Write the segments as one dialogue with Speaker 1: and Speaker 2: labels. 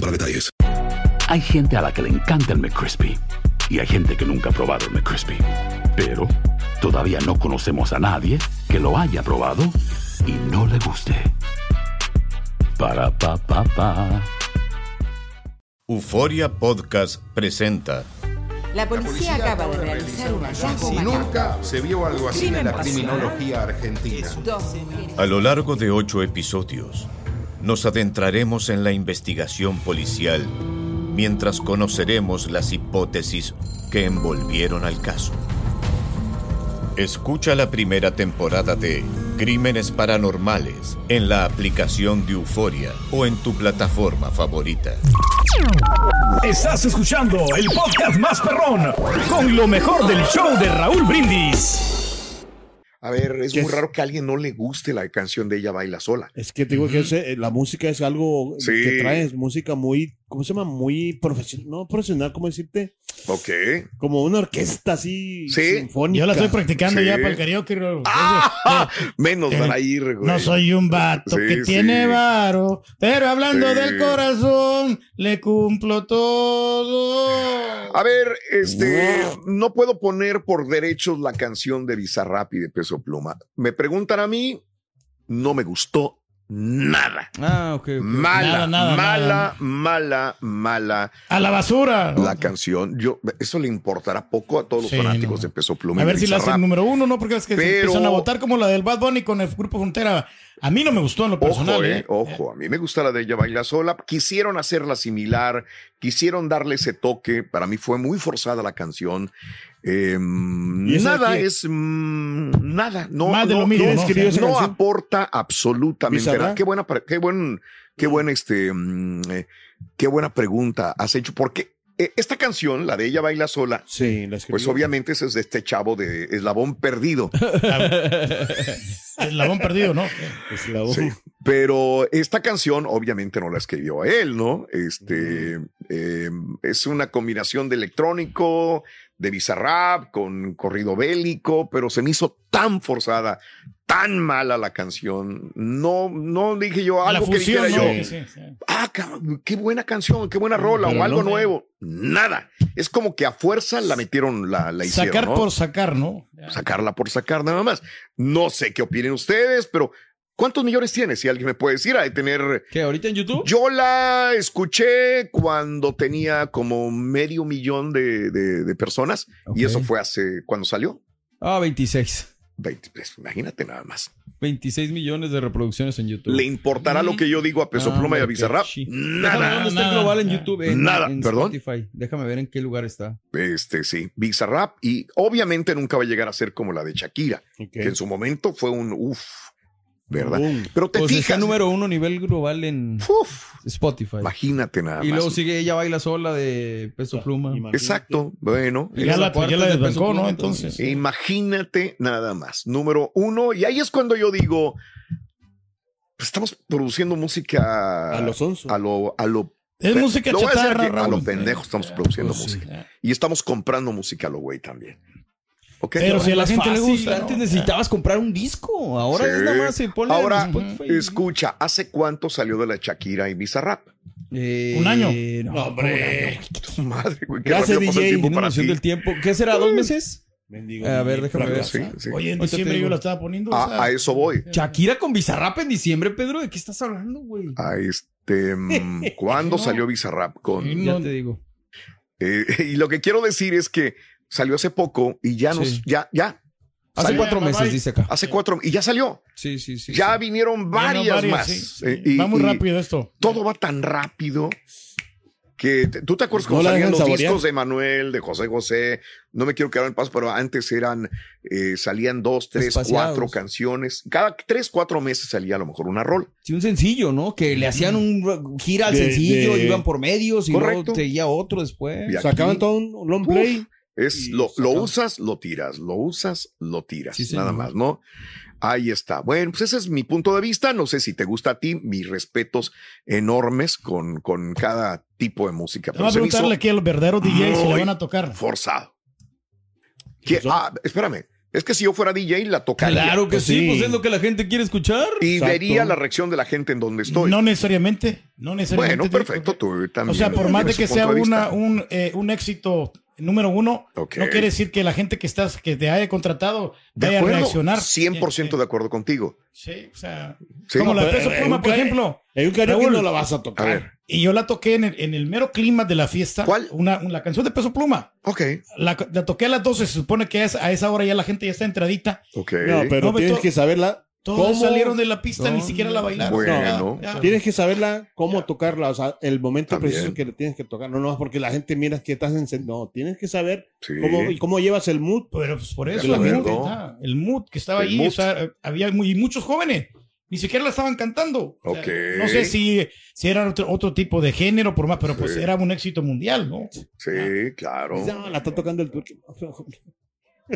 Speaker 1: para detalles.
Speaker 2: Hay gente a la que le encanta el McCrispy y hay gente que nunca ha probado el McCrispy. Pero todavía no conocemos a nadie que lo haya probado y no le guste. Para pa pa pa.
Speaker 3: Euforia Podcast presenta.
Speaker 4: La policía, acaba de realizar un hallazgo
Speaker 5: Si
Speaker 4: macabro.
Speaker 5: nunca se vio algo así en la criminología argentina.
Speaker 4: Dos mujeres.
Speaker 3: A lo largo de ocho episodios, nos adentraremos en la investigación policial mientras conoceremos las hipótesis que envolvieron al caso. Escucha la primera temporada de Crímenes Paranormales en la aplicación de Euforia o en tu plataforma favorita.
Speaker 6: Estás escuchando el podcast más perrón con lo mejor del show de Raúl Brindis.
Speaker 5: A ver, es
Speaker 7: ¿Qué
Speaker 5: muy
Speaker 7: es?
Speaker 5: raro que a alguien no le guste la canción de Ella Baila Sola.
Speaker 7: Es que te digo que ese- eh, la música es algo
Speaker 5: Sí.
Speaker 7: que traes, música muy, ¿cómo se llama? Muy profesional, no profesional, ¿cómo decirte?
Speaker 5: Ok.
Speaker 7: Como una orquesta así
Speaker 5: Sí.
Speaker 7: sinfónica.
Speaker 8: Yo la estoy practicando
Speaker 5: Sí.
Speaker 8: ya para el karaoke. Raúl.
Speaker 5: Menos
Speaker 8: Eh,
Speaker 5: van a ir, güey.
Speaker 8: No soy un vato
Speaker 5: Sí,
Speaker 8: que
Speaker 5: sí.
Speaker 8: tiene varo, pero hablando
Speaker 5: Sí.
Speaker 8: del corazón, le cumplo todo.
Speaker 5: A ver, este, no puedo poner por derechos la canción de Bizarrap y de Peso Pluma. Me preguntan a mí, no me gustó nada.
Speaker 8: Ah, ok.
Speaker 5: Mala,
Speaker 8: Nada, nada,
Speaker 5: mala,
Speaker 8: nada.
Speaker 5: mala, mala,
Speaker 8: A la basura.
Speaker 5: la canción. Yo, eso le importará poco a todos los
Speaker 8: Sí,
Speaker 5: fanáticos de
Speaker 8: no.
Speaker 5: Peso Pluma.
Speaker 8: A
Speaker 5: y
Speaker 8: ver
Speaker 5: de
Speaker 8: si la hacen
Speaker 5: Bizarrap.
Speaker 8: número uno, ¿no? Porque es que se
Speaker 5: Pero-
Speaker 8: empiezan a votar como la del Bad Bunny con el Grupo Frontera. A mí no me gustó en lo personal.
Speaker 5: Ojo, eh,
Speaker 8: ¿eh?
Speaker 5: ojo, a mí me gusta la de ella baila sola. Quisieron hacerla similar, quisieron darle ese toque. Para mí fue muy forzada la canción. Eh,
Speaker 7: ¿Y esa
Speaker 5: nada
Speaker 7: de qué?
Speaker 5: es mm, nada, no,
Speaker 8: Más de
Speaker 5: no-
Speaker 8: lo mismo,
Speaker 5: no,
Speaker 8: ¿no?
Speaker 7: escribió esa
Speaker 5: no
Speaker 7: canción?
Speaker 5: aporta absolutamente
Speaker 7: ¿Bizarra?
Speaker 5: nada. Qué buena, pre- qué buen, qué buen este, mm, eh, qué buena pregunta has hecho. Porque eh, esta canción, la de ella baila sola,
Speaker 7: Sí, la escribió.
Speaker 5: pues obviamente ese es de este chavo de Eslabón Perdido.
Speaker 7: Ah,
Speaker 8: El labón perdido, ¿no?
Speaker 7: Pues la-
Speaker 5: Sí.
Speaker 8: Oh.
Speaker 5: Pero esta canción obviamente no la escribió él, ¿no? Este
Speaker 8: Mm.
Speaker 5: eh, es una combinación de electrónico, de bizarrap, con corrido bélico, pero se me hizo tan forzada, tan mala la canción. No, no dije yo
Speaker 8: La
Speaker 5: algo
Speaker 8: fusión,
Speaker 5: que
Speaker 8: ¿no? Mm,
Speaker 5: dijera yo.
Speaker 8: Sí, sí, sí.
Speaker 5: Ah, cabrón, qué buena canción, qué buena rola
Speaker 7: Pero
Speaker 5: o algo
Speaker 7: no.
Speaker 5: nuevo. Nada. Es como que a fuerza la metieron, la, la hicieron.
Speaker 8: Sacar
Speaker 5: ¿no?
Speaker 8: por sacar, ¿no?
Speaker 5: sacarla por sacar nada más. No sé qué opinen ustedes, pero ¿cuántos millones tiene? Si alguien me puede decir, hay tener...
Speaker 9: ¿Qué? ¿Ahorita en YouTube?
Speaker 5: Yo la escuché cuando tenía como medio millón de, de- de personas y
Speaker 9: Ok.
Speaker 5: eso fue hace, cuando salió?
Speaker 9: Ah, 26.
Speaker 5: 20, pues, imagínate nada más.
Speaker 9: 26 millones de reproducciones en YouTube.
Speaker 5: ¿Le importará lo que yo digo a Peso
Speaker 9: Ah,
Speaker 5: Pluma y a
Speaker 9: hombre, qué
Speaker 5: Bizarrap?
Speaker 9: chi- Déjame ver
Speaker 5: Nada.
Speaker 9: ¿Dónde está el
Speaker 8: Nada.
Speaker 9: global en YouTube? En,
Speaker 5: Nada.
Speaker 9: en
Speaker 5: ¿Perdón?
Speaker 9: Spotify. Déjame ver en qué lugar está.
Speaker 5: Este sí, Bizarrap y obviamente nunca va a llegar a ser como la de Shakira,
Speaker 7: Ok.
Speaker 5: que en su momento fue un uff, ¿verdad?
Speaker 7: Boom.
Speaker 5: Pero te
Speaker 9: Pues está
Speaker 5: fijas,
Speaker 9: número uno a nivel global en
Speaker 5: uf,
Speaker 9: Spotify.
Speaker 5: imagínate nada
Speaker 9: Y
Speaker 5: más.
Speaker 9: luego sigue Ella Baila Sola de
Speaker 8: Ah,
Speaker 9: Peso Pluma.
Speaker 7: Imagínate.
Speaker 5: Exacto, bueno.
Speaker 9: Y
Speaker 8: Ya
Speaker 9: esa
Speaker 8: la,
Speaker 9: parte
Speaker 8: ya la
Speaker 9: de Peso
Speaker 8: desbancó,
Speaker 9: Pluma,
Speaker 8: ¿no? Entonces.
Speaker 5: Imagínate nada más. Número uno, y ahí es cuando yo digo, pues, estamos produciendo música
Speaker 7: A los onzos.
Speaker 5: a lo, a lo,
Speaker 8: Es música
Speaker 5: lo voy a decir
Speaker 8: chatarra,
Speaker 5: aquí, a
Speaker 8: Raúl.
Speaker 5: lo pendejo estamos produciendo
Speaker 8: Pues sí.
Speaker 5: música. Y estamos comprando música a lo güey también. ¿Ok?
Speaker 8: Pero si a la
Speaker 9: Más
Speaker 8: gente le
Speaker 9: fácil,
Speaker 8: gusta.
Speaker 9: Antes
Speaker 8: ¿no?
Speaker 9: necesitabas comprar un disco. Ahora
Speaker 5: Sí.
Speaker 9: es nada más se pone
Speaker 5: Ahora,
Speaker 9: en Spotify.
Speaker 5: escucha, ¿hace cuánto salió de la Shakira y Bizarrap?
Speaker 9: Eh,
Speaker 8: ¿Un año?
Speaker 9: No,
Speaker 7: No, hombre.
Speaker 5: Tu madre, güey, qué
Speaker 7: Gracias,
Speaker 5: rápido pasa el
Speaker 7: DJ.
Speaker 5: tiempo
Speaker 9: Tiene
Speaker 5: para
Speaker 9: noción
Speaker 5: ti.
Speaker 9: del tiempo. ¿Qué será? ¿Dos meses?
Speaker 7: Mendigo
Speaker 9: Eh, A ver,
Speaker 7: DJ
Speaker 9: déjame ver.
Speaker 7: fracasado.
Speaker 5: Sí, sí.
Speaker 8: Oye, en
Speaker 9: Ahorita te
Speaker 8: diciembre yo
Speaker 9: digo.
Speaker 8: la estaba poniendo. o sea,
Speaker 5: A, a eso voy.
Speaker 9: Shakira con Bizarrap en diciembre, Pedro. ¿De qué estás hablando, güey?
Speaker 5: A este, mm, ¿cuándo
Speaker 8: No.
Speaker 5: salió Bizarrap con
Speaker 8: Sí,
Speaker 9: ya
Speaker 8: no-
Speaker 9: te digo.
Speaker 5: Eh, y lo que quiero decir es que salió hace poco y ya nos,
Speaker 9: Sí.
Speaker 5: ya, ya,
Speaker 9: Hace
Speaker 5: Salió-
Speaker 9: cuatro
Speaker 8: Bye, bye.
Speaker 9: meses, dice acá.
Speaker 5: hace cuatro y ya salió.
Speaker 9: Sí, sí, sí.
Speaker 5: ya
Speaker 9: sí.
Speaker 5: vinieron
Speaker 8: bueno,
Speaker 5: varias más.
Speaker 8: sí, sí.
Speaker 5: Eh, y-
Speaker 8: va muy
Speaker 5: y
Speaker 8: rápido esto.
Speaker 5: Todo va tan rápido que te- tú te acuerdas
Speaker 7: No
Speaker 5: cuando
Speaker 7: la
Speaker 5: salían
Speaker 7: dejan
Speaker 5: los
Speaker 7: saborear.
Speaker 5: discos de Manuel, de José José, no me quiero quedar en paz, pero antes eran, eh, salían dos, tres,
Speaker 9: Espaciados.
Speaker 5: cuatro canciones, cada tres, cuatro meses salía a lo mejor una rol.
Speaker 9: Sí, un sencillo, ¿no? Que le hacían un gira al
Speaker 7: De-
Speaker 9: sencillo,
Speaker 7: de-
Speaker 9: iban por medios y
Speaker 5: Correcto.
Speaker 9: luego seguía otro después.
Speaker 5: Y aquí
Speaker 7: Sacaban todo un long play.
Speaker 5: es
Speaker 9: y
Speaker 5: lo, lo
Speaker 9: sacaban.
Speaker 5: usas, lo tiras, lo usas, lo tiras,
Speaker 9: Sí,
Speaker 5: nada
Speaker 9: señor.
Speaker 5: más, ¿no? Ahí está. Bueno, pues ese es mi punto de vista. No sé si te gusta a ti, mis respetos enormes con, con cada tipo de música.
Speaker 8: Vamos a
Speaker 5: se me hizo-
Speaker 8: preguntarle aquí a los verdaderos DJs si
Speaker 5: muy
Speaker 8: le van a tocar.
Speaker 5: forzado. Que- ah, espérame. Es que si yo fuera DJ, la tocaría.
Speaker 9: Claro que
Speaker 7: Pues
Speaker 9: sí,
Speaker 7: sí.
Speaker 9: pues es lo que la gente quiere escuchar.
Speaker 5: Y
Speaker 7: Exacto.
Speaker 5: vería la reacción de la gente en donde estoy.
Speaker 8: No necesariamente. No necesariamente.
Speaker 5: bueno,
Speaker 8: tiene que
Speaker 5: perfecto.
Speaker 8: tocar.
Speaker 5: Tú también.
Speaker 8: O sea, por más de
Speaker 5: tienes
Speaker 8: que
Speaker 5: tu
Speaker 8: sea
Speaker 5: punto de
Speaker 8: una,
Speaker 5: vista.
Speaker 8: un, eh, un éxito número uno,
Speaker 5: Ok.
Speaker 8: no quiere decir que la gente que estás, que te haya contratado
Speaker 5: De
Speaker 8: vaya a
Speaker 5: acuerdo,
Speaker 8: reaccionar.
Speaker 5: 100% de acuerdo contigo.
Speaker 8: Sí, o sea,
Speaker 5: Sí.
Speaker 8: como la de
Speaker 7: pero,
Speaker 8: Peso
Speaker 7: eh,
Speaker 8: Pluma,
Speaker 7: un
Speaker 8: por
Speaker 7: ca-
Speaker 8: ejemplo.
Speaker 7: Hay un karaoke
Speaker 8: Raúl.
Speaker 7: no la vas a
Speaker 5: A
Speaker 7: tocar.
Speaker 5: ver,
Speaker 8: Y yo la toqué en el, en el mero clima de la fiesta.
Speaker 5: ¿Cuál?
Speaker 8: Una, una canción de Peso Pluma.
Speaker 5: ok,
Speaker 8: La, la toqué a las 12, se supone que a esa- a esa hora ya la gente ya está entradita.
Speaker 5: ok.
Speaker 7: No, pero
Speaker 8: No, pero
Speaker 7: tienes
Speaker 8: todo-
Speaker 7: que saberla.
Speaker 8: Todos
Speaker 7: ¿Cómo?
Speaker 8: salieron de la pista, ni
Speaker 9: No,
Speaker 8: siquiera la bailaron.
Speaker 5: bueno.
Speaker 8: Ya, ya.
Speaker 7: Tienes que saberla cómo tocarla, o sea, el momento
Speaker 5: También.
Speaker 7: preciso que le tienes que tocar. No, no, porque la gente mira que estás en... No, tienes que saber
Speaker 5: Sí.
Speaker 7: cómo, y cómo llevas el mood.
Speaker 8: Pero pues por
Speaker 5: De
Speaker 8: eso el mood,
Speaker 5: acuerdo.
Speaker 8: ajá, el mood que estaba
Speaker 5: El
Speaker 8: ahí,
Speaker 5: mood.
Speaker 8: o sea, eh, había muy, muchos jóvenes, ni siquiera la estaban cantando. O sea,
Speaker 5: Ok.
Speaker 8: no sé si, si era otro, otro tipo de género, por más, pero pues
Speaker 5: Sí.
Speaker 8: era un éxito mundial, ¿no?
Speaker 5: Sí, claro.
Speaker 7: No, la está tocando el turco.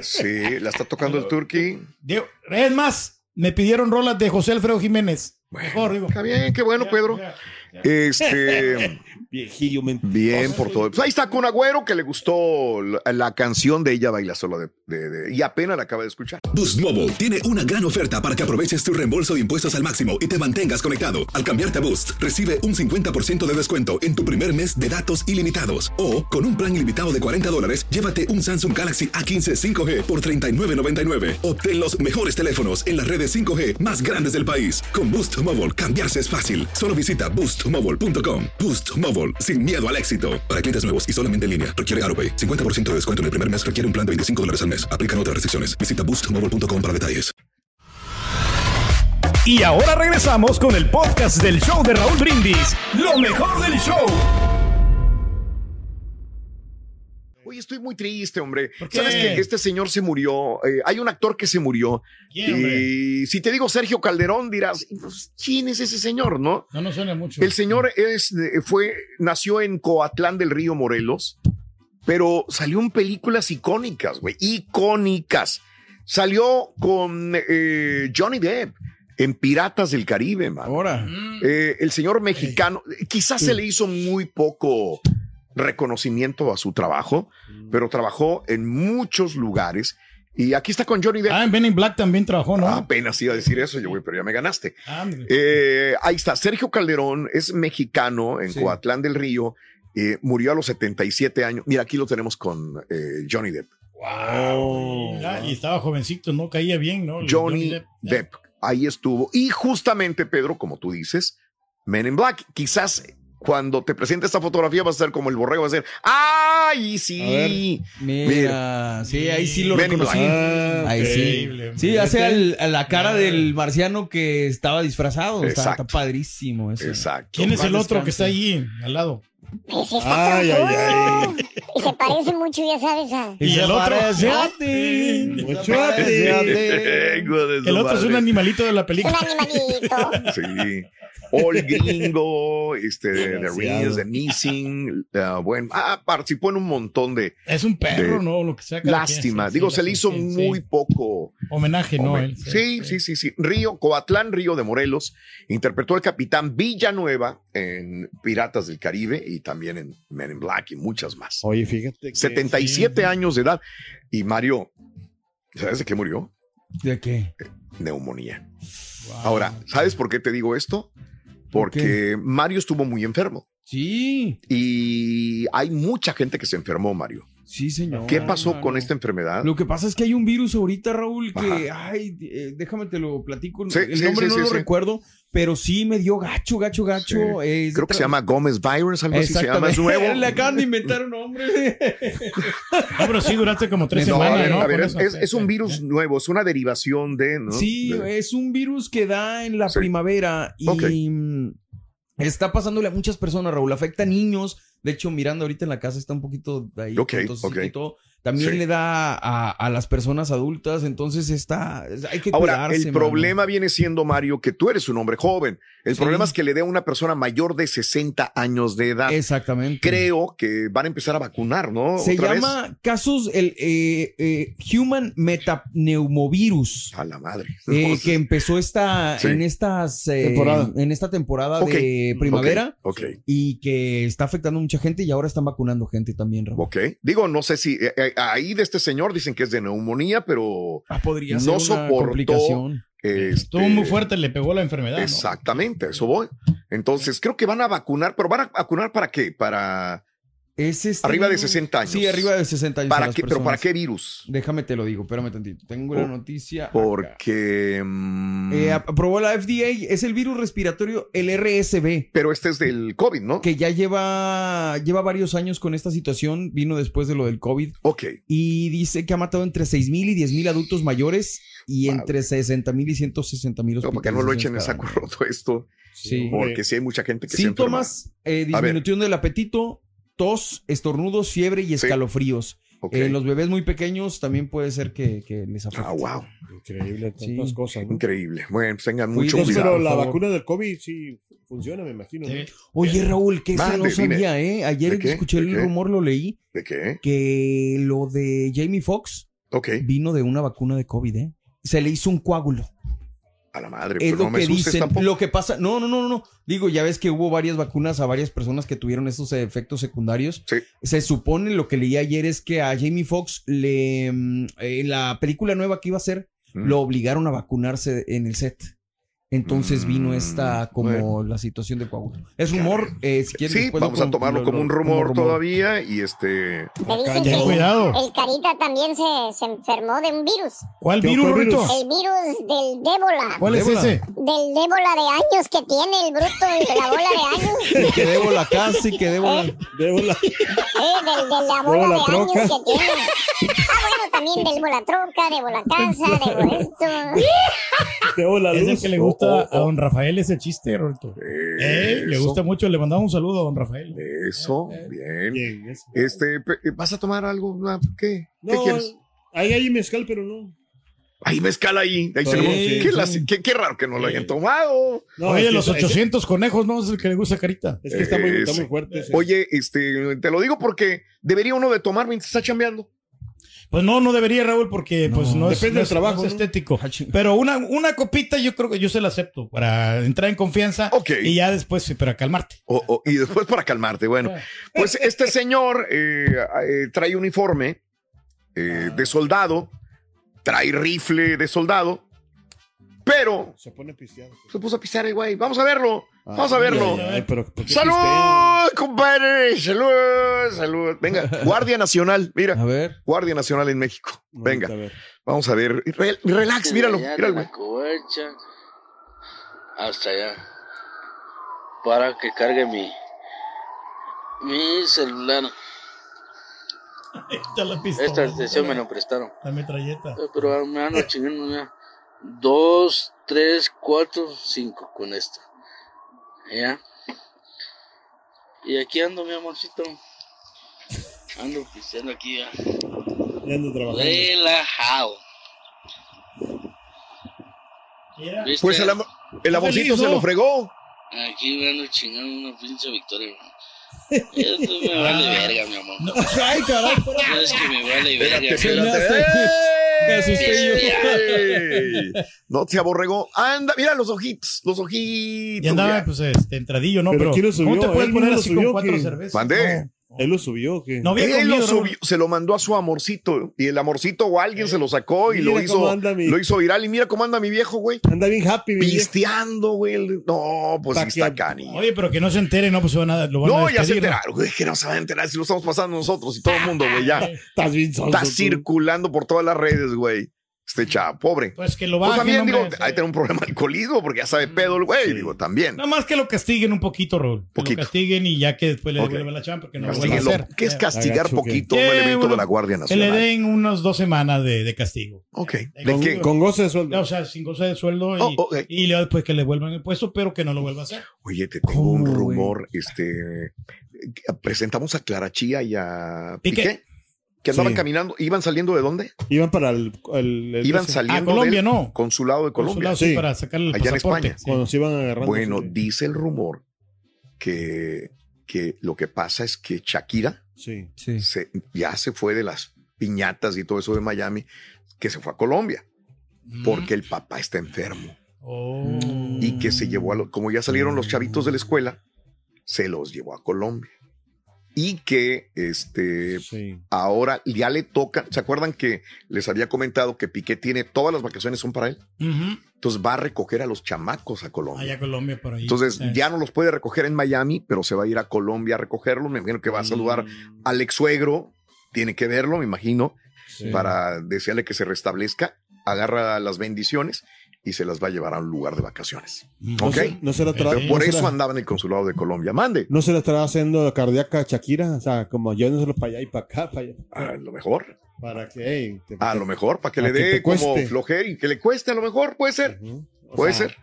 Speaker 5: Sí, la está tocando el turkey.
Speaker 8: De- es más, me pidieron rolas de José Alfredo Jiménez. Mejor, digo.
Speaker 5: Está bien, qué bueno,
Speaker 8: Ya,
Speaker 5: Pedro.
Speaker 8: ya, ya.
Speaker 5: Este.
Speaker 7: Viejillo, men-
Speaker 5: Bien, por todo. Pues ahí está con Agüero que le gustó la, la canción de ella baila sola de, de- de- y apenas la acaba de escuchar.
Speaker 1: Boost Mobile tiene una gran oferta para que aproveches tu reembolso de impuestos al máximo y te mantengas conectado. Al cambiarte a Boost, recibe un 50% de descuento en tu primer mes de datos ilimitados. O, con un plan ilimitado de 40 dólares, llévate un Samsung Galaxy A15 5G por 39.99. Obtén los mejores teléfonos en las redes 5G más grandes del país. Con Boost Mobile, cambiarse es fácil. Solo visita boostmobile.com. Boost Mobile, sin miedo al éxito. Para clientes nuevos y solamente en línea, requiere AroPay. 50% de descuento en el primer mes requiere un plan de 25 dólares al mes. Aplican otras restricciones. Visita boostmobile.com para detalles.
Speaker 6: Y ahora regresamos con el podcast del show de Raúl Brindis. Lo mejor del show.
Speaker 5: Oye, estoy muy triste, hombre.
Speaker 8: ¿Por qué?
Speaker 5: ¿Sabes que este señor se murió? Eh, hay un actor que se murió.
Speaker 8: ¿Quién, hombre?
Speaker 5: y si te digo Sergio Calderón, dirás, "Pues, ¿quién es ese señor, no?
Speaker 8: No nos suena mucho.
Speaker 5: El señor es, eh, fue, nació en Coatlán del Río Morelos, pero salió en películas icónicas, güey, icónicas. Salió con eh, Johnny Depp en Piratas del Caribe, man.
Speaker 8: Oh.
Speaker 9: Ahora.
Speaker 5: Eh, el señor mexicano, quizás se le hizo muy poco reconocimiento a su trabajo,
Speaker 8: Mm.
Speaker 5: pero trabajó en muchos lugares. Y aquí está con Johnny Depp.
Speaker 8: Ah, en Ben in Black también trabajó, ¿no?
Speaker 5: Apenas iba a decir eso, yo, güey, pero ya me ganaste.
Speaker 8: Ah, mire.
Speaker 5: Ah, Eh, ahí está, Sergio Calderón es mexicano en
Speaker 9: Sí.
Speaker 5: Coatlán del Río. eh, murió a los 77 años. Mira, aquí lo tenemos con eh, Johnny Depp.
Speaker 8: Ah, y estaba jovencito, ¿no? Caía bien, ¿no? El
Speaker 5: Johnny Depp. Ahí estuvo. Y justamente, Pedro, como tú dices, Men in Black, quizás cuando te presente esta fotografía vas a ser como el borrego, vas a ser, ¡ay, sí!
Speaker 9: Mira, sí, ahí sí lo
Speaker 5: Men in
Speaker 7: Ah,
Speaker 9: reconocí.
Speaker 7: Black.
Speaker 9: Ahí
Speaker 8: Increíble,
Speaker 9: sí.
Speaker 8: hombre.
Speaker 9: Sí, hace al- a la cara
Speaker 8: Ah.
Speaker 9: del marciano que estaba disfrazado. Está,
Speaker 5: Exacto.
Speaker 9: está padrísimo eso.
Speaker 5: Exacto.
Speaker 8: ¿Quién es
Speaker 9: Paz
Speaker 8: el otro
Speaker 9: descanse.
Speaker 8: que está allí al lado?
Speaker 10: Ese está
Speaker 7: Ay, ay, ay.
Speaker 10: cabrón. Y se parece mucho, ya sabes, a...
Speaker 9: Y,
Speaker 8: Y
Speaker 9: el
Speaker 8: el otro-
Speaker 9: otro.
Speaker 7: Mucho
Speaker 8: El otro es un animalito de
Speaker 10: Es
Speaker 8: la
Speaker 10: un
Speaker 8: película.
Speaker 10: animalito.
Speaker 5: Sí. All Gringo, este, The
Speaker 7: Desgraciado.
Speaker 5: Rings, The Missing, uh, bueno, ah, participó en un montón de
Speaker 8: Es un perro,
Speaker 5: De-
Speaker 8: ¿no? Lo que sea. cada
Speaker 5: lástima.
Speaker 8: quien, sí,
Speaker 5: Digo,
Speaker 8: sí,
Speaker 5: se
Speaker 8: sí,
Speaker 5: le hizo
Speaker 8: sí,
Speaker 5: muy
Speaker 8: sí.
Speaker 5: poco.
Speaker 8: Homenaje, ¿no?
Speaker 5: homenaje. sí,
Speaker 8: Él,
Speaker 5: sí, sí, sí. Río, Coatlán, Río de Morelos, interpretó al capitán Villanueva en Piratas del Caribe y también en Men in Black y muchas más.
Speaker 7: Oye, fíjate que
Speaker 5: 77 años de edad. Y Mario, ¿sabes de qué murió?
Speaker 9: ¿De qué?
Speaker 5: neumonía. Ahora, ¿sabes por qué te digo esto? Porque Mario estuvo muy enfermo
Speaker 9: Sí,
Speaker 5: y hay mucha gente que se enfermó, Mario.
Speaker 9: sí, señor.
Speaker 5: ¿Qué pasó con
Speaker 9: Mano.
Speaker 5: esta enfermedad?
Speaker 9: Lo que pasa es que hay un virus ahorita, Raúl, que, ay, eh, déjame te lo platico.
Speaker 5: Sí,
Speaker 9: el
Speaker 5: sí,
Speaker 9: nombre
Speaker 5: sí,
Speaker 9: no
Speaker 5: sí,
Speaker 9: lo
Speaker 5: sí.
Speaker 9: recuerdo, pero sí me dio gacho, gacho,
Speaker 5: Sí.
Speaker 9: gacho. Es
Speaker 5: Creo que
Speaker 9: tra-
Speaker 5: se llama Gómez Virus, algo así se llama, es
Speaker 9: Exactamente.
Speaker 5: nuevo.
Speaker 9: Le acaban de inventar un nombre.
Speaker 8: No, pero sí duraste como
Speaker 9: Pues
Speaker 8: tres
Speaker 5: No, a
Speaker 8: semanas,
Speaker 5: ver,
Speaker 8: ¿no?
Speaker 5: a ver,
Speaker 8: Con
Speaker 5: es,
Speaker 8: eso.
Speaker 5: es- es un virus nuevo, es una derivación de... ¿no?
Speaker 9: Sí,
Speaker 5: De-
Speaker 9: es un virus que da en la
Speaker 5: Sí.
Speaker 9: primavera y
Speaker 5: Ok.
Speaker 9: mm, está pasándole a muchas personas, Raúl. Afecta a niños, De hecho, mirando ahorita en la casa está un poquito de ahí.
Speaker 5: Ok,
Speaker 9: entonces,
Speaker 5: ok.
Speaker 9: y todo. También
Speaker 5: Sí.
Speaker 9: le da a, a las personas adultas, entonces está. Hay que
Speaker 5: Ahora,
Speaker 9: cuidarse,
Speaker 5: el
Speaker 9: mano.
Speaker 5: problema viene siendo, Mario, que tú eres un hombre joven. El
Speaker 9: Sí.
Speaker 5: problema es que le dé a una persona mayor de 60 años de edad.
Speaker 9: Exactamente.
Speaker 5: Ah, Creo que van a empezar a vacunar, ¿no?
Speaker 9: Se
Speaker 5: ¿Otra vez?
Speaker 9: llama casos el eh, eh, Human Metapneumovirus.
Speaker 5: A la madre.
Speaker 9: eh, que empezó esta
Speaker 5: Ah, Sí.
Speaker 9: en estas eh,
Speaker 8: Temporada.
Speaker 9: en esta temporada
Speaker 5: Ok,
Speaker 9: de primavera
Speaker 5: Ok.
Speaker 9: y que está afectando a mucha gente y ahora están vacunando gente también, Raúl.
Speaker 5: Ok. Digo, no sé si eh, eh, ahí de este señor dicen que es de neumonía, pero
Speaker 9: Ah, podría
Speaker 5: no soportó. este,
Speaker 8: Estuvo muy fuerte, le pegó la enfermedad. ¿no?
Speaker 5: Exactamente, eso voy. Entonces, creo que van a vacunar, pero van a vacunar para qué? Para
Speaker 9: Es este-
Speaker 5: arriba de 60 años.
Speaker 9: Sí, arriba de 60 años. a
Speaker 5: ¿Para
Speaker 9: las
Speaker 5: qué? ¿Pero para
Speaker 9: personas.
Speaker 5: qué virus?
Speaker 9: Déjame te lo digo, espérame tantito. Tengo la
Speaker 5: Por-
Speaker 9: noticia. acá.
Speaker 5: Porque. mm,
Speaker 9: Eh, aprobó la FDA, es el virus respiratorio, el RSV.
Speaker 5: pero este es del COVID, ¿no?
Speaker 9: que ya lleva, lleva varios años con esta situación, vino después de lo del COVID
Speaker 5: Ok.
Speaker 9: y dice que ha matado entre 6.000 y 10.000 adultos mayores y
Speaker 5: Madre.
Speaker 9: entre 60.000 y 160.000
Speaker 5: No,
Speaker 9: hospitales.
Speaker 5: para que no lo echen en saco roto esto,
Speaker 9: Sí.
Speaker 8: Hombre.
Speaker 5: porque sí hay mucha gente que se
Speaker 9: Síntomas, eh,
Speaker 5: A ver.
Speaker 9: disminución del apetito, tos, estornudos, fiebre y escalofríos.
Speaker 5: enferma. Ok.
Speaker 9: En eh, los bebés muy pequeños también puede ser que, que les afecte.
Speaker 5: Ah, wow.
Speaker 8: Increíble,
Speaker 9: Sí.
Speaker 8: tantas cosas. ¿no?
Speaker 5: Increíble. Bueno, pues tengan mucho
Speaker 9: Cuídense,
Speaker 5: cuidado.
Speaker 8: pero
Speaker 9: por
Speaker 8: la
Speaker 9: favor.
Speaker 8: vacuna del COVID sí funciona, me imagino. ¿no?
Speaker 6: Sí.
Speaker 9: Oye, Raúl, que eso
Speaker 5: Mande,
Speaker 9: no
Speaker 5: dime.
Speaker 9: sabía, ¿eh?
Speaker 5: ¿De
Speaker 9: Ayer
Speaker 5: qué?
Speaker 9: escuché
Speaker 5: ¿De
Speaker 9: el
Speaker 5: qué?
Speaker 9: rumor, lo leí,
Speaker 5: ¿De qué?
Speaker 9: que lo de Jamie Foxx
Speaker 5: Ok.
Speaker 9: vino de una vacuna de COVID, ¿eh? Se le hizo un coágulo.
Speaker 5: A la madre,
Speaker 9: Es
Speaker 5: pero pues
Speaker 9: lo
Speaker 5: no me
Speaker 9: que
Speaker 5: asustes
Speaker 9: dicen.
Speaker 5: tampoco.
Speaker 9: Lo que pasa. No, no, no, no, no. Digo, ya ves que hubo varias vacunas a varias personas que tuvieron estos efectos secundarios.
Speaker 5: Sí.
Speaker 9: Se supone, lo que leí ayer es que a Jamie Foxx le. mm, eh, la película nueva que iba a hacer,
Speaker 5: Mm.
Speaker 9: lo obligaron a vacunarse en el set. Entonces
Speaker 5: Mm,
Speaker 9: vino esta como la situación de Coahuila. Es rumor, eh, si quieres.
Speaker 5: Sí,
Speaker 9: después lo
Speaker 5: vamos a
Speaker 9: con-
Speaker 5: tomarlo
Speaker 9: lo-
Speaker 5: como
Speaker 9: lo-
Speaker 5: un rumor,
Speaker 9: como
Speaker 5: todavía y este
Speaker 10: Me dicen
Speaker 8: Ten
Speaker 10: que
Speaker 8: cuidado.
Speaker 10: el Carita también se, se enfermó de un virus.
Speaker 8: ¿Cuál
Speaker 7: ¿Qué
Speaker 8: virus,
Speaker 7: otro virus?
Speaker 8: Rorrito?
Speaker 10: El virus del débola.
Speaker 8: ¿Cuál es
Speaker 9: Ébola.
Speaker 8: ese?
Speaker 10: Del débola de años que tiene el bruto de la bola de años.
Speaker 9: Y que debo la casa y que debo la.
Speaker 8: Débola.
Speaker 10: Eh, del, de la bola
Speaker 8: Débola
Speaker 10: de
Speaker 8: troca.
Speaker 10: años que tiene. Ah, bueno, también del bola troca, de bola casa, de bola esto.
Speaker 7: Débola
Speaker 8: Es el
Speaker 7: luz.
Speaker 8: que le gusta
Speaker 5: Oh, oh, oh.
Speaker 8: a don Rafael ese chiste, Rorrito. Eh, le
Speaker 5: Eso.
Speaker 8: gusta mucho. Le mandamos un saludo a don Rafael.
Speaker 5: eso,
Speaker 9: Eh,
Speaker 5: bien.
Speaker 7: oh. Bien, eso.
Speaker 5: Este, pe- ¿vas a tomar algo? Ah, ¿Qué? ¿Qué
Speaker 7: No,
Speaker 5: quieres?
Speaker 7: ahí hay mezcal, pero no.
Speaker 5: Ahí mezcal ahí. ahí
Speaker 9: Sí,
Speaker 5: tenemos-
Speaker 9: sí,
Speaker 5: qué,
Speaker 9: sí.
Speaker 5: las- qué- qué raro que no lo hayan tomado.
Speaker 7: no
Speaker 8: Oye,
Speaker 7: es
Speaker 8: los
Speaker 7: que- es-
Speaker 8: 800 conejos, ¿no? Es el que le gusta a Carita.
Speaker 7: Es, que está muy, está
Speaker 5: Ese.
Speaker 7: muy fuerte. ese.
Speaker 5: Oye, este, te lo digo porque debería uno de tomar mientras está chambeando.
Speaker 8: Pues no, no debería, Raúl, porque pues no es,
Speaker 7: Depende
Speaker 8: no
Speaker 7: del
Speaker 8: es-
Speaker 7: trabajo,
Speaker 8: no es
Speaker 7: ¿no?
Speaker 8: estético.
Speaker 9: Ah,
Speaker 8: Pero una, una copita yo creo que yo se la acepto para entrar en confianza
Speaker 5: Ok.
Speaker 8: y ya después, sí, para calmarte.
Speaker 5: O- o- y después para calmarte.
Speaker 8: Ah.
Speaker 5: Bueno, pues este señor eh, eh, trae uniforme eh,
Speaker 8: Ah.
Speaker 5: de soldado, trae rifle de soldado, pero
Speaker 7: Se pone pisteado.
Speaker 5: se puso a pisar el güey. Vamos a verlo, vamos a verlo.
Speaker 8: Ah, ya,
Speaker 7: Ay, pero, ¿por qué
Speaker 5: Salud, compadre, salud, salud. Venga, Guardia Nacional,
Speaker 9: A
Speaker 5: mira,
Speaker 9: ver.
Speaker 5: Guardia Nacional en México.
Speaker 7: pistean?
Speaker 5: Venga,
Speaker 7: Ahorita, a ver.
Speaker 5: vamos a ver. Re- relax, míralo,
Speaker 11: Desde allá
Speaker 5: míralo,
Speaker 11: de
Speaker 5: güey.
Speaker 11: la cohecha hasta allá. Para que cargue mi. Mi celular.
Speaker 8: Está Eh, la pistola.
Speaker 11: Esta sesión me lo prestaron.
Speaker 8: La metralleta.
Speaker 11: Eh, Pero me ando chingando ya. Dos, tres, cuatro, cinco con esta. ¿Ya? Y aquí ando, mi amorcito. Ando pisando aquí ya.
Speaker 7: Ya ando trabajando.
Speaker 11: Relajado.
Speaker 8: Mira,
Speaker 11: ¿Viste?
Speaker 5: Pues el, amor- el amorcito
Speaker 8: Feliz,
Speaker 5: se
Speaker 8: ¿no?
Speaker 5: lo fregó.
Speaker 11: Aquí me ando chingando una pinche victoria, hermano. Esto me vale verga, mi amor.
Speaker 8: no, ay, caray.
Speaker 11: Sabes que me vale
Speaker 5: Espérate,
Speaker 11: verga.
Speaker 5: espérate.
Speaker 9: Me asusté yo.
Speaker 5: ¡Ey! No te aborregó. Anda, mira los ojitos, los ojitos.
Speaker 8: Y andaba
Speaker 5: mira.
Speaker 8: pues este, entradillo, ¿no?
Speaker 7: Pero
Speaker 8: Pero,
Speaker 7: ¿quién lo subió?
Speaker 8: ¿cómo te
Speaker 7: ¿Él
Speaker 8: puedes
Speaker 7: quién
Speaker 8: poner
Speaker 7: lo
Speaker 8: así con
Speaker 7: subió,
Speaker 8: cuatro
Speaker 7: quién?
Speaker 8: cervezas?
Speaker 5: Mandé.
Speaker 8: No,
Speaker 7: ¿Él lo subió o qué?
Speaker 8: no había
Speaker 5: Él lo
Speaker 8: comido,
Speaker 5: subió- se lo mandó a su amorcito y el amorcito o alguien se lo sacó y
Speaker 7: Mira
Speaker 5: lo
Speaker 7: cómo
Speaker 5: hizo,
Speaker 7: anda mi-
Speaker 5: lo hizo viral. Y mira cómo anda mi viejo, güey.
Speaker 7: Anda bien happy, mi viejo.
Speaker 5: Pisteando, güey. El- No, pues sí está
Speaker 7: Pa' que-
Speaker 8: ¿no?
Speaker 5: cani.
Speaker 8: Oye, pero que no se entere, no, pues se van a, lo van a
Speaker 5: No, ya se
Speaker 8: despedir, ¿no?
Speaker 5: enteraron, güey, que no se van a enterar si lo
Speaker 7: Ah,
Speaker 8: Eh,
Speaker 5: estamos pasando nosotros y todo el mundo, güey, ya.
Speaker 7: Estás bien sonso,
Speaker 5: Está
Speaker 7: tú.
Speaker 5: circulando por todas las redes, güey. Este chavo, pobre.
Speaker 8: Pues que lo
Speaker 5: Pues
Speaker 8: bajen,
Speaker 5: también,
Speaker 8: hombre,
Speaker 5: digo,
Speaker 8: sí. Mm,
Speaker 5: ahí tiene un problema alcoholismo porque ya sabe pedo el güey, digo, también.
Speaker 8: Nada más que lo castiguen un poquito, Raúl. Que
Speaker 5: Poquito.
Speaker 8: Lo castiguen y ya que después le
Speaker 5: Ok.
Speaker 8: devuelvan la chamba, porque no lo vuelva a
Speaker 5: Castíguenlo.
Speaker 8: hacer.
Speaker 5: ¿Qué es castigar
Speaker 7: Agacho,
Speaker 5: poquito a un
Speaker 8: Eh,
Speaker 5: elemento de
Speaker 8: bueno,
Speaker 5: la Guardia
Speaker 8: Que le
Speaker 5: Nacional?
Speaker 8: den unos dos semanas de, de castigo.
Speaker 5: Ok.
Speaker 8: ¿De qué?
Speaker 7: Con goce de sueldo.
Speaker 8: O sea, sin goce de sueldo y,
Speaker 5: Oh,
Speaker 8: y luego después que le vuelvan el puesto, pero que no lo vuelva a hacer.
Speaker 5: Oye, te tengo un rumor. Este que presentamos a Clara Chía y a
Speaker 8: Piqué.
Speaker 5: Piqué, que andaban
Speaker 7: Sí.
Speaker 5: caminando, iban saliendo de dónde?
Speaker 7: Iban para el. el-
Speaker 8: Pues
Speaker 7: el-
Speaker 5: Iban
Speaker 7: ese-
Speaker 5: saliendo del consulado de Colombia.
Speaker 7: Consulado, sí, Sí. para
Speaker 8: sacarle
Speaker 7: el
Speaker 5: Allá en
Speaker 7: pasaporte,
Speaker 5: España.
Speaker 7: sí. Cuando se iban agarrando,
Speaker 5: Bueno,
Speaker 7: sí.
Speaker 5: dice el rumor que, que lo que pasa es que Shakira se- ya se fue de las piñatas y todo eso de Miami, que se fue a Colombia porque el papá está enfermo
Speaker 8: Oh.
Speaker 5: y que
Speaker 8: Mm.
Speaker 5: se llevó a los, como ya salieron los chavitos de la escuela, se los llevó a Colombia. Y que este ahora ya le toca, ¿se acuerdan que les había comentado que Piqué tiene todas las vacaciones son para él? Entonces va a recoger a los chamacos a Colombia.
Speaker 8: Allá a Colombia por ahí.
Speaker 5: Entonces
Speaker 8: Sí.
Speaker 5: ya no los puede recoger en Miami, pero se va a ir a Colombia a recogerlos. Me imagino que va a saludar
Speaker 8: Mm.
Speaker 5: al ex suegro, tiene que verlo, me imagino, para desearle que se restablezca, agarra las bendiciones y se las va a llevar a un lugar de vacaciones.
Speaker 7: No
Speaker 5: ¿Ok?
Speaker 7: se- no se la tra-
Speaker 5: Pero
Speaker 7: no
Speaker 5: por
Speaker 7: se
Speaker 5: eso
Speaker 7: la-
Speaker 5: andaba en el consulado de Colombia. Mande.
Speaker 7: ¿No se le estará haciendo cardíaca a Shakira? O sea, como llévenselo para allá y para acá, para allá.
Speaker 5: A lo mejor.
Speaker 7: Para que. hey, te-
Speaker 5: A lo mejor, para que
Speaker 7: Para
Speaker 5: le
Speaker 7: que
Speaker 5: dé
Speaker 7: te
Speaker 5: como
Speaker 7: cueste.
Speaker 5: flojera y que le cueste, a lo mejor, puede ser. Puede
Speaker 7: sea,
Speaker 5: ser.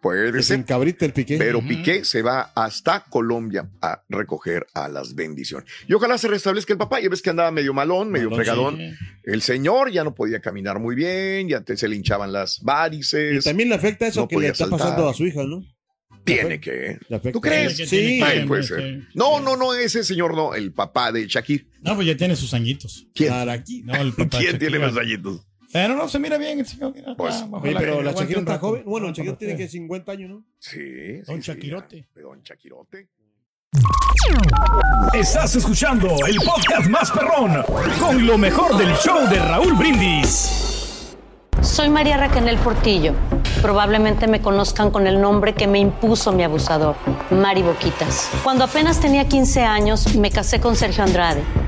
Speaker 5: Puede
Speaker 7: que se
Speaker 5: ser.
Speaker 7: encabrite el piqué.
Speaker 5: Pero Piqué se va hasta Colombia a recoger a las bendiciones. Y ojalá se restablezca el papá. Ya ves que andaba medio malón, medio
Speaker 7: Malón,
Speaker 5: fregadón.
Speaker 7: sí.
Speaker 5: El señor ya no podía caminar muy bien, ya te- se le hinchaban las varices.
Speaker 7: También le afecta eso
Speaker 5: No
Speaker 7: que le
Speaker 5: podía
Speaker 7: está
Speaker 5: saltar.
Speaker 7: pasando a su hija, ¿no?
Speaker 5: Tiene que. ¿Tú
Speaker 7: afecta.
Speaker 5: crees?
Speaker 7: Sí, Sí,
Speaker 5: Ay,
Speaker 7: sí,
Speaker 5: puede
Speaker 7: sí.
Speaker 5: ser. No, no, no, ese señor no, el papá de Shakir.
Speaker 8: No, pues ya tiene sus añitos.
Speaker 5: ¿Quién?
Speaker 8: No, el papá
Speaker 5: ¿Quién tiene
Speaker 8: Shakira.
Speaker 5: los añitos?
Speaker 8: Pero no, se mira bien el señor. Mira,
Speaker 5: Pues,
Speaker 8: está, ojalá
Speaker 7: Oye, pero
Speaker 8: que
Speaker 7: la
Speaker 8: aguante
Speaker 7: Shakira
Speaker 8: un
Speaker 7: está
Speaker 8: rato.
Speaker 7: joven. Bueno, Shakira
Speaker 8: Ojalá
Speaker 7: tiene
Speaker 8: que-
Speaker 7: que 50 años, ¿no?
Speaker 5: Sí.
Speaker 8: Don Shakirote.
Speaker 5: Don Shakirote.
Speaker 6: Estás escuchando el podcast más perrón con lo mejor del show de Raúl Brindis.
Speaker 12: Soy María Raquel Portillo. Probablemente me conozcan con el nombre que me impuso mi abusador, Mari Boquitas. Cuando apenas tenía 15 años, me casé con Sergio Andrade,